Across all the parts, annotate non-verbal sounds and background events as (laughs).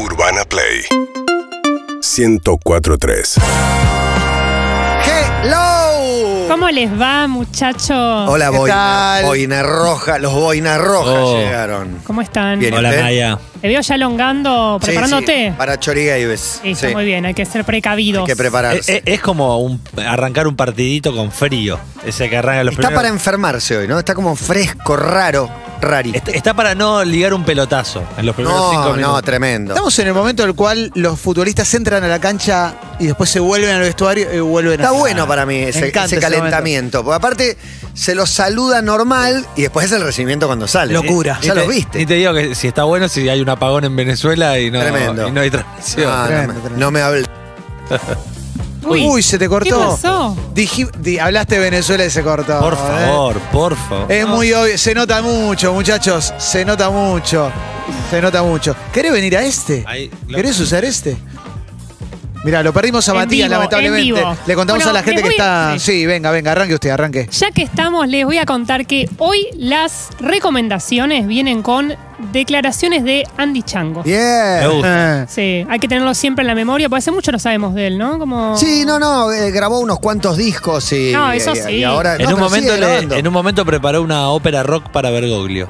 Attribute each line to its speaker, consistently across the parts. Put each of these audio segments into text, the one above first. Speaker 1: Urbanaplay 1043.
Speaker 2: ¡Hello!
Speaker 3: ¿Cómo les va, muchachos?
Speaker 2: Hola,
Speaker 4: ¿Qué
Speaker 2: boina,
Speaker 4: tal?
Speaker 2: boina roja. Los boinas rojas
Speaker 5: Oh.
Speaker 2: llegaron.
Speaker 3: ¿Cómo están?
Speaker 2: Bien.
Speaker 5: Hola
Speaker 2: ¿Eh?
Speaker 5: Maya.
Speaker 3: Te veo ya alongando,
Speaker 2: Sí,
Speaker 3: preparándote.
Speaker 2: sí, para Chorigaibes.
Speaker 3: Sí, está muy bien, hay que ser precavidos.
Speaker 2: Hay que
Speaker 5: Es,
Speaker 2: prepararse.
Speaker 5: es- es como un- arrancar un partidito con frío. Ese que arranca los
Speaker 2: Está para
Speaker 5: primeros-
Speaker 2: enfermarse hoy, ¿no? Está como fresco, raro, rari.
Speaker 5: Está- está para no ligar un pelotazo en los primeros cinco
Speaker 2: No, no,
Speaker 5: minutos.
Speaker 2: tremendo.
Speaker 4: Estamos en el momento en el cual los futbolistas entran a la cancha y después se vuelven al vestuario y vuelven a
Speaker 2: Está bueno para mí
Speaker 4: Me
Speaker 2: ese,
Speaker 4: encanta
Speaker 2: ese
Speaker 4: ese
Speaker 2: calentamiento. Porque aparte, se los saluda normal y después es el recibimiento cuando sale.
Speaker 4: Locura.
Speaker 2: Ya
Speaker 5: Ni
Speaker 2: lo
Speaker 5: te-
Speaker 2: viste.
Speaker 5: Ni te digo que si está bueno, si hay un apagón en Venezuela y no,
Speaker 2: Tremendo.
Speaker 5: y no hay transmisión.
Speaker 2: Ah, no,
Speaker 4: Tremendo,
Speaker 2: me-
Speaker 4: tremendo.
Speaker 2: no me hables.
Speaker 4: Uy, se te cortó.
Speaker 3: ¿Qué pasó?
Speaker 4: Diji- di- hablaste de Venezuela y se cortó.
Speaker 5: por
Speaker 4: ¿eh?
Speaker 5: favor, por favor.
Speaker 2: Eh,
Speaker 4: Es muy obvio. Se nota mucho, muchachos. Se nota mucho. Se nota mucho. ¿Querés venir a este?
Speaker 5: Ahí, lo-
Speaker 4: ¿Querés usar este? Mira, lo perdimos a
Speaker 3: En
Speaker 4: Matías,
Speaker 3: vivo, en
Speaker 4: lamentablemente.
Speaker 3: vivo.
Speaker 4: Le contamos
Speaker 3: Bueno,
Speaker 4: a la gente
Speaker 3: les
Speaker 4: que
Speaker 3: voy a-
Speaker 4: está. Sí, venga, venga, arranque usted, arranque.
Speaker 3: Ya que estamos, les voy a contar que hoy las recomendaciones vienen con declaraciones de Andy Chango.
Speaker 5: Me
Speaker 2: Bien.
Speaker 5: gusta.
Speaker 4: Eh.
Speaker 3: Sí, hay que tenerlo siempre en la memoria, porque hace mucho no sabemos de él, ¿no? Como...
Speaker 2: Sí, no, no, eh, grabó unos cuantos discos y,
Speaker 3: No, eso
Speaker 2: y- y
Speaker 3: sí.
Speaker 2: ahora
Speaker 5: En,
Speaker 2: no,
Speaker 5: un
Speaker 2: pero
Speaker 5: momento
Speaker 2: sigue
Speaker 5: le-
Speaker 2: grabando.
Speaker 5: en un momento preparó una ópera rock para Bergoglio.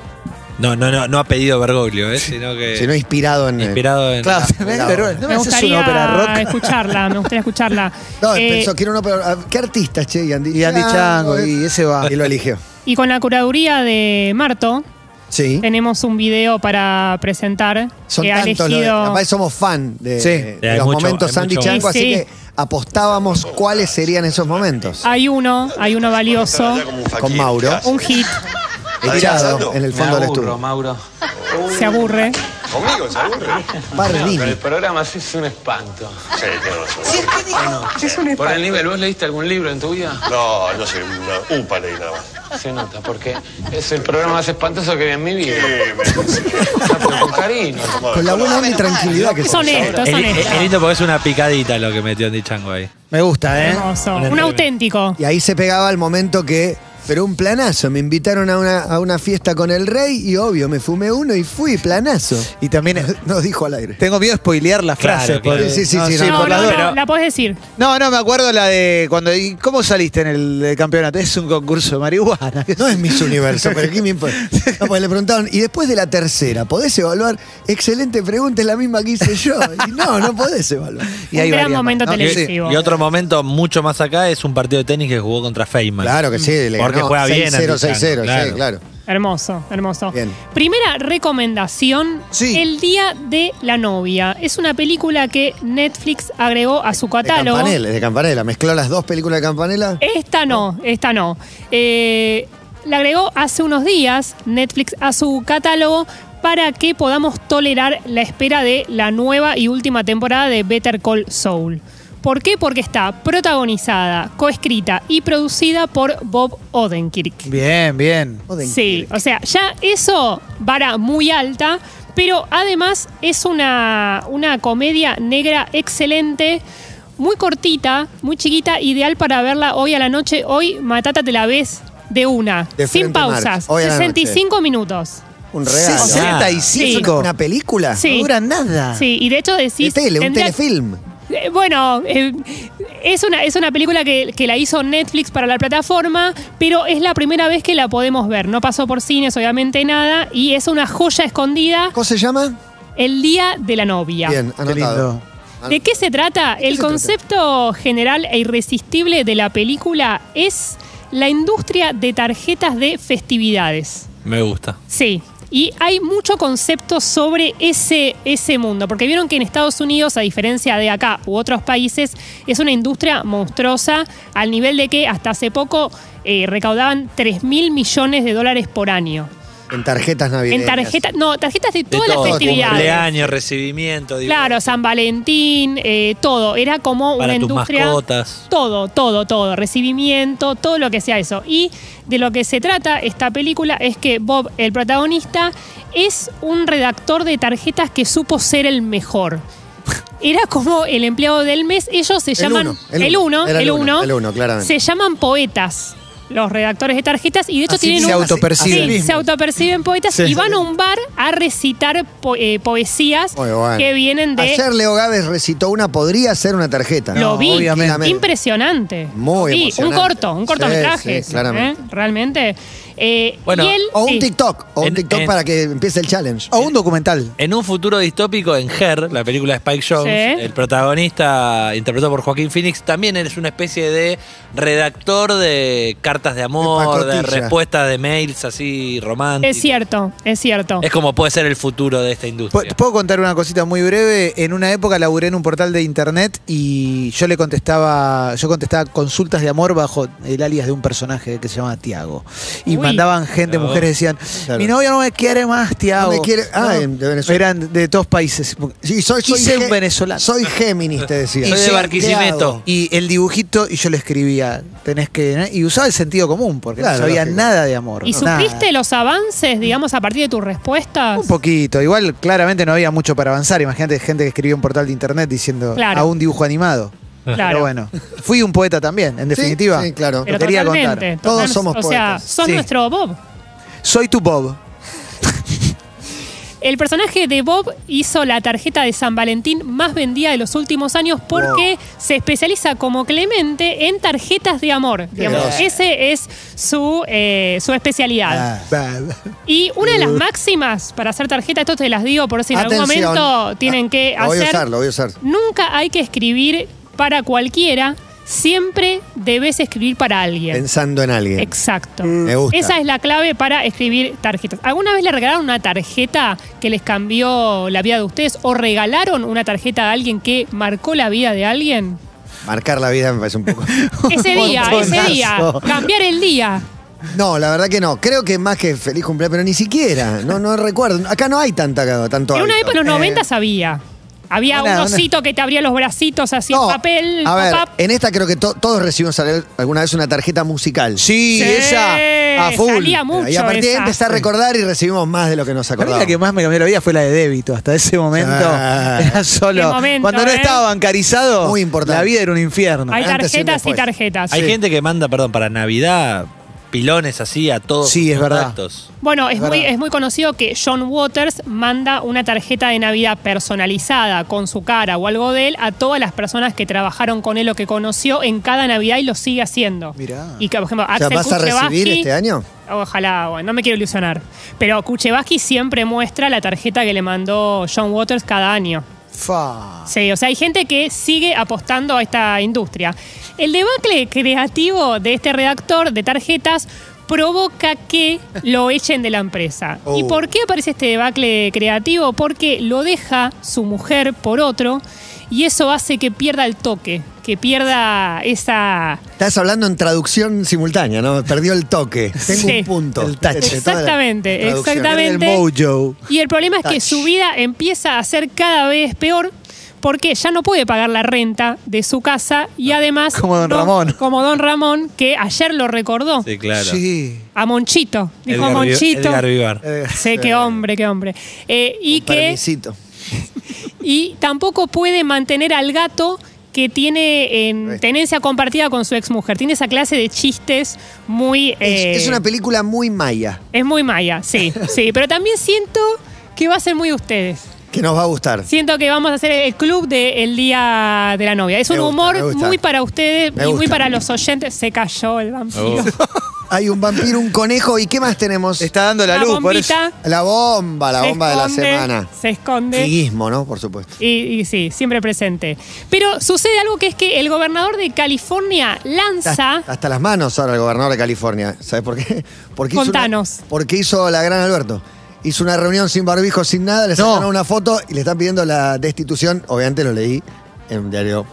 Speaker 5: No, no, no, no ha pedido Bergoglio, ¿eh? sino que
Speaker 2: sino inspirado en eh,
Speaker 5: inspirado en.
Speaker 4: Claro, (laughs)
Speaker 2: Ah,
Speaker 4: venga,
Speaker 2: mira,
Speaker 4: pero no me
Speaker 3: Me
Speaker 4: haces una
Speaker 3: gustaría
Speaker 4: ópera rock.
Speaker 3: escucharla, me gustaría escucharla.
Speaker 2: (laughs) No,
Speaker 3: Eh,
Speaker 2: pensó que era una ópera- ¿Qué artistas, che? Y Andy,
Speaker 4: Y Andy Chango, y ese va.
Speaker 2: Y lo eligió.
Speaker 3: y con la curaduría de Marto,
Speaker 2: Sí.
Speaker 3: tenemos un video para presentar
Speaker 2: ¿Mm? Son
Speaker 3: que Eh, ha
Speaker 2: tantos. los de-
Speaker 3: elegido...
Speaker 2: Aparte somos fan de,
Speaker 4: Sí.
Speaker 2: de
Speaker 5: Sí, hay
Speaker 2: los
Speaker 5: mucho-
Speaker 2: momentos
Speaker 5: hay
Speaker 2: Andy
Speaker 5: mucho-
Speaker 2: Chango,
Speaker 3: Sí,
Speaker 2: así
Speaker 3: sí.
Speaker 2: que apostábamos cuáles serían esos momentos.
Speaker 3: Hay uno, hay uno valioso,
Speaker 2: Con Mauro,
Speaker 3: un hit,
Speaker 2: echado en el fondo del estudio.
Speaker 6: Mauro.
Speaker 3: se aburre.
Speaker 7: Conmigo, se aburre.
Speaker 2: Barrini.
Speaker 6: programa sí es un espanto.
Speaker 7: Sí, tiene razón.
Speaker 6: Por el nivel, ¿vos leíste algún libro en tu vida?
Speaker 7: No, no sé, una upa leí nada más.
Speaker 6: Se nota, porque es el programa más espantoso que vi en mi vida.
Speaker 7: Eh, me-
Speaker 6: Ah, pero con cariño.
Speaker 2: Con la buena onda y tranquilidad Ah, que
Speaker 3: Es honesto,
Speaker 5: Es
Speaker 3: es
Speaker 5: li- es
Speaker 3: honesto.
Speaker 5: lindo porque es una picadita lo que metió Andy Chango ahí.
Speaker 4: Me gusta, ¿eh?
Speaker 3: Hermoso. Un auténtico.
Speaker 2: Y ahí se pegaba el momento que. Pero un planazo. Me invitaron a una, a una fiesta con el rey y obvio, me fumé uno y fui, planazo.
Speaker 4: Y también es-
Speaker 2: Nos dijo al aire.
Speaker 4: tengo miedo de spoilear las
Speaker 5: Claro,
Speaker 4: frases.
Speaker 5: claro.
Speaker 4: por-
Speaker 2: Sí, sí,
Speaker 4: no,
Speaker 2: sí,
Speaker 4: sí,
Speaker 3: No,
Speaker 4: por las
Speaker 3: no,
Speaker 4: dudas.
Speaker 3: no, la podés decir.
Speaker 4: No, no, me acuerdo la de cuando. ¿y ¿Cómo saliste en el eh, campeonato? Es un concurso de marihuana.
Speaker 2: No es Miss
Speaker 5: (laughs)
Speaker 2: Universo,
Speaker 4: (laughs)
Speaker 2: pero ¿qué me importa? No, porque le preguntaron, y después de la tercera, ¿podés evaluar? Excelente pregunta, es la misma que hice yo. Y no, no podés evaluar.
Speaker 4: Y
Speaker 3: Un
Speaker 4: ahí
Speaker 3: gran
Speaker 4: variamos,
Speaker 3: momento
Speaker 4: ¿no?
Speaker 5: Y,
Speaker 3: televisivo.
Speaker 5: y otro momento mucho más acá es un partido de tenis que jugó contra Feynman.
Speaker 2: Claro que sí, le
Speaker 5: Porque
Speaker 2: ganó
Speaker 5: juega bien
Speaker 2: 6-0,
Speaker 5: Andy Chango,
Speaker 2: 6-0, sí,
Speaker 5: claro.
Speaker 2: claro.
Speaker 3: Hermoso, hermoso.
Speaker 2: Bien.
Speaker 3: Primera recomendación,
Speaker 4: Sí.
Speaker 3: El Día de la Novia. Es una película que Netflix agregó a su
Speaker 2: De
Speaker 3: catálogo.
Speaker 2: Campanella, de Campanella. Mezcló las dos películas de Campanella.
Speaker 3: Esta no, esta no. Eh, la agregó hace unos días Netflix a su catálogo para que podamos tolerar la espera de la nueva y última temporada de Better Call Saul. ¿Por qué? Porque está protagonizada, coescrita y producida por Bob Odenkirk.
Speaker 4: Bien, bien.
Speaker 3: Sí, o sea, ya eso vara muy alta, pero además es una, una comedia negra excelente, muy cortita, muy chiquita, ideal para verla hoy a la noche. Hoy Matata te la ves de una,
Speaker 2: De
Speaker 3: sin
Speaker 2: frente, Marx.
Speaker 3: pausas,
Speaker 2: Hoy a la
Speaker 3: 65 minutos.
Speaker 2: Un regalo.
Speaker 4: 65.
Speaker 2: ¿Una película?
Speaker 3: Sí.
Speaker 4: No dura
Speaker 2: Ah.
Speaker 4: nada.
Speaker 3: Sí, y de hecho
Speaker 2: De
Speaker 3: decís...
Speaker 2: tele, un
Speaker 3: tendría-
Speaker 2: telefilm.
Speaker 3: Eh, Bueno, eh, es, una, es una película que, que la hizo Netflix para la plataforma, pero es la primera vez que la podemos ver. No pasó por cines, obviamente nada, y es una joya escondida,
Speaker 2: ¿Cómo se llama?
Speaker 3: el día de la novia.
Speaker 2: Bien,
Speaker 4: Qué
Speaker 2: anotado.
Speaker 4: lindo.
Speaker 3: ¿De qué se trata? el
Speaker 2: se
Speaker 3: concepto general e irresistible de la película es la industria de tarjetas de festividades.
Speaker 5: Me gusta.
Speaker 3: Sí. Y hay mucho concepto sobre ese, ese mundo, porque vieron que en Estados Unidos, a diferencia de acá u otros países, es una industria monstruosa al nivel de que hasta hace poco eh, recaudaban 3 mil millones de dólares por año.
Speaker 2: En tarjetas navideñas.
Speaker 3: En tarjetas, no, tarjetas de todas las
Speaker 2: todo,
Speaker 3: festividades.
Speaker 5: Cumpleaños, recibimiento. digo,
Speaker 3: Claro, San Valentín, eh, todo. Era como
Speaker 5: Para
Speaker 3: una
Speaker 5: tus
Speaker 3: industria.
Speaker 5: mascotas.
Speaker 3: Todo, todo, todo. Recibimiento, todo lo que sea eso. Y de lo que se trata esta película es que Bob, el protagonista, es un redactor de tarjetas que supo ser el
Speaker 5: (laughs)
Speaker 3: mejor. Era como el empleado del mes. Ellos se
Speaker 2: El
Speaker 3: llaman.
Speaker 2: uno, el uno. Era
Speaker 3: el uno, el
Speaker 2: el uno,
Speaker 3: uno.
Speaker 2: el uno, claramente.
Speaker 3: Se llaman poetas. los redactores de tarjetas y de hecho
Speaker 2: Así
Speaker 3: tienen
Speaker 4: se
Speaker 3: un...
Speaker 4: autoperciben.
Speaker 3: Sí,
Speaker 2: mismo.
Speaker 3: se autoperciben poetas
Speaker 4: Sí.
Speaker 3: y van a un bar a recitar po- eh, poesías
Speaker 2: Muy bueno.
Speaker 3: que vienen de...
Speaker 2: Ayer Leo Gávez recitó una, podría ser una tarjeta.
Speaker 3: Lo
Speaker 4: No,
Speaker 3: vi,
Speaker 4: obviamente.
Speaker 3: impresionante.
Speaker 2: Muy
Speaker 3: Lo vi, un
Speaker 2: emocionante.
Speaker 3: corto, un
Speaker 2: Sí,
Speaker 3: cortometraje.
Speaker 2: sí, claramente.
Speaker 3: ¿eh? Realmente. Eh,
Speaker 5: Bueno,
Speaker 3: y él,
Speaker 2: O un
Speaker 3: sí.
Speaker 2: TikTok, o un
Speaker 5: En-
Speaker 2: TikTok
Speaker 5: en-
Speaker 2: para que empiece el challenge.
Speaker 4: O Oh, un documental.
Speaker 5: En un futuro distópico, en Her, la película de Spike Jones,
Speaker 3: Sí.
Speaker 5: el protagonista, interpretado por Joaquín Phoenix, también es una especie de redactor de cartas de amor, de,
Speaker 2: pacotilla.
Speaker 5: respuestas de mails así románticas.
Speaker 3: Es cierto, es cierto.
Speaker 5: Es como puede ser el futuro de esta
Speaker 4: Po-
Speaker 5: industria.
Speaker 4: ¿Puedo contar una cosita muy breve? En una época laburé en un portal de internet y yo le contestaba, yo contestaba consultas de amor bajo el alias de un personaje que se llama Tiago. Y
Speaker 3: Uy.
Speaker 4: mandaban gente,
Speaker 5: Claro.
Speaker 4: mujeres decían,
Speaker 2: Claro.
Speaker 4: mi novia no me quiere más, Tiago.
Speaker 2: No me quiere- ah, en- de Venezuela.
Speaker 4: Eran de todos países.
Speaker 2: Sí, soy, soy,
Speaker 4: Quise un
Speaker 2: Gé-
Speaker 4: venezolano.
Speaker 2: Soy Géminis, te decía.
Speaker 5: Soy de
Speaker 2: Sí, ¿qué
Speaker 5: Barquisimeto.
Speaker 2: hago?
Speaker 4: Y el dibujito, y yo le escribía, tenés que. ¿no? Y usaba el sentido común, porque
Speaker 2: Claro,
Speaker 4: no sabía
Speaker 2: lógico.
Speaker 4: nada de amor.
Speaker 3: ¿Y
Speaker 4: nada.
Speaker 3: supiste los avances, digamos, a partir de tus respuestas?
Speaker 4: Un poquito, igual claramente no había mucho para avanzar. Imagínate gente que escribió un portal de internet diciendo
Speaker 3: Claro.
Speaker 4: a un dibujo animado. Pero
Speaker 3: Claro.
Speaker 4: bueno, fui un poeta también, en
Speaker 2: Sí,
Speaker 4: definitiva.
Speaker 2: sí, claro.
Speaker 3: Pero
Speaker 4: lo quería contar.
Speaker 3: totalmente.
Speaker 2: Todos
Speaker 3: total-
Speaker 2: somos
Speaker 3: O sea,
Speaker 2: poetas.
Speaker 3: sos
Speaker 4: Sí.
Speaker 3: nuestro Bob.
Speaker 4: Soy tu Bob.
Speaker 3: El personaje de Bob hizo la tarjeta de San Valentín más vendida de los últimos años porque se especializa como Clemente en tarjetas de amor. Digamos,
Speaker 2: groso.
Speaker 3: ese es su, eh, su especialidad.
Speaker 2: Ah.
Speaker 3: Y una de las máximas para hacer tarjeta, esto te las digo por si en algún
Speaker 2: Atención.
Speaker 3: momento tienen que
Speaker 2: Lo voy a
Speaker 3: hacer.
Speaker 2: usar, lo voy a usar.
Speaker 3: Nunca hay que escribir para cualquiera, siempre debes escribir para alguien.
Speaker 2: Pensando en alguien.
Speaker 3: Exacto.
Speaker 2: Mm. Me gusta.
Speaker 3: Esa es la clave para escribir tarjetas. ¿Alguna vez le regalaron una tarjeta que les cambió la vida de ustedes? ¿O regalaron una tarjeta a alguien que marcó la vida de
Speaker 2: (laughs)
Speaker 3: alguien?
Speaker 2: Marcar la vida me parece
Speaker 3: (laughs)
Speaker 2: un poco.
Speaker 3: Ese día, ese día.
Speaker 4: Montonazo.
Speaker 3: Cambiar el día.
Speaker 2: No, la verdad que no. Creo que más que feliz cumpleaños, pero ni siquiera. No, no recuerdo. Acá no hay tanta, tanto.
Speaker 3: En una
Speaker 2: hábito.
Speaker 3: época, en los 90 había. Había
Speaker 4: una-
Speaker 3: un osito que te abría los bracitos así
Speaker 2: No,
Speaker 3: en papel.
Speaker 2: A ver, eh,
Speaker 3: pop-up.
Speaker 2: en esta creo que to- todos recibimos al- alguna vez una tarjeta musical.
Speaker 4: Sí,
Speaker 3: Sí,
Speaker 4: esa. A full.
Speaker 3: salía mucho
Speaker 2: y a partir de ahí
Speaker 3: esa.
Speaker 2: empezar a recordar y recibimos más de lo que nos
Speaker 4: Para mí
Speaker 2: acordamos.
Speaker 4: la que más me cambió la vida fue la de débito. Hasta ese momento
Speaker 2: Ah.
Speaker 4: era solo.
Speaker 3: Qué momento,
Speaker 4: cuando no
Speaker 3: ¿eh?
Speaker 4: estaba bancarizado,
Speaker 2: Muy importante.
Speaker 4: la vida era un infierno.
Speaker 3: Hay
Speaker 2: antes y
Speaker 3: tarjetas y
Speaker 2: un después.
Speaker 3: tarjetas.
Speaker 5: Hay gente que manda, perdón, para Navidad pilones así a todos
Speaker 4: Sí,
Speaker 5: sus
Speaker 4: es verdad.
Speaker 5: contactos.
Speaker 3: Bueno, es muy,
Speaker 4: verdad.
Speaker 3: es muy conocido que John Waters manda una tarjeta de Navidad personalizada con su cara o algo de él a todas las personas que trabajaron con él o que conoció en cada Navidad y lo sigue haciendo.
Speaker 4: Mirá.
Speaker 3: Y que, por ejemplo,
Speaker 2: O sea,
Speaker 3: Axel
Speaker 2: ¿vas a recibir
Speaker 3: Kuchevaski-
Speaker 2: este año?
Speaker 3: Ojalá, bueno, no me quiero ilusionar. Pero Kuchevaski siempre muestra la tarjeta que le mandó John Waters cada año.
Speaker 4: Fa.
Speaker 3: Sí, o sea, hay gente que sigue apostando a esta industria. El debacle creativo de este redactor de tarjetas provoca que lo echen de la empresa. ¿Y por qué aparece este debacle creativo? Porque lo deja su mujer por otro y eso hace que pierda el toque, que pierda esa...
Speaker 2: Estás hablando en traducción simultánea, ¿no? Perdió el toque. Tengo
Speaker 3: Sí.
Speaker 2: un punto.
Speaker 4: El touch.
Speaker 2: Entre toda la
Speaker 3: Exactamente,
Speaker 2: traducción.
Speaker 3: exactamente.
Speaker 4: El mojo.
Speaker 3: Y el problema es que
Speaker 2: Touch.
Speaker 3: su vida empieza a ser cada vez peor porque ya no puede pagar la renta de su casa
Speaker 2: Ah,
Speaker 3: y además...
Speaker 4: Como don
Speaker 3: no-
Speaker 4: Ramón.
Speaker 3: Como don Ramón, que ayer lo recordó.
Speaker 5: Sí, claro.
Speaker 4: Sí.
Speaker 3: A Monchito. Dijo
Speaker 5: Edgar Vi-
Speaker 3: Monchito.
Speaker 5: Edgar Vivar.
Speaker 4: (laughs) Eh,
Speaker 3: Sé qué hombre, qué hombre. Eh, y
Speaker 2: Un
Speaker 3: que
Speaker 2: permisito.
Speaker 3: y tampoco puede mantener al gato que tiene en
Speaker 2: Sí.
Speaker 3: tenencia compartida con su exmujer. Tiene esa clase de chistes muy... eh,
Speaker 2: Es, es una película muy maya,
Speaker 3: es muy maya,
Speaker 2: (laughs)
Speaker 3: sí, sí. Pero también siento que va a ser muy de ustedes.
Speaker 2: que nos va a gustar.
Speaker 3: Siento que vamos a hacer el club del día de la novia. Es
Speaker 2: Me
Speaker 3: un
Speaker 2: gusta, me
Speaker 3: humor
Speaker 2: gusta.
Speaker 3: muy para ustedes
Speaker 2: Me
Speaker 3: y muy
Speaker 2: gusta.
Speaker 3: para los oyentes. Se cayó el vampiro.
Speaker 2: Hay un vampiro, un conejo y ¿qué más tenemos?
Speaker 4: Está dando la
Speaker 3: Una
Speaker 4: luz, por eso.
Speaker 3: bombita,
Speaker 2: La bomba, la
Speaker 3: se
Speaker 2: bomba de la
Speaker 3: esconde,
Speaker 2: semana.
Speaker 3: Se esconde.
Speaker 2: Figuismo, ¿no? Por supuesto.
Speaker 3: Y, y sí, siempre presente. Pero sucede algo que es que el gobernador de California
Speaker 2: Está-
Speaker 3: lanza.
Speaker 2: Hasta las manos ahora el gobernador de California. ¿Sabes por qué? Porque hizo una-
Speaker 3: Contanos.
Speaker 2: porque hizo la gran Alberto. Hizo una reunión sin barbijo, sin nada, le
Speaker 4: No.
Speaker 2: sacaron una foto y le están pidiendo la destitución. Obviamente lo leí en un diario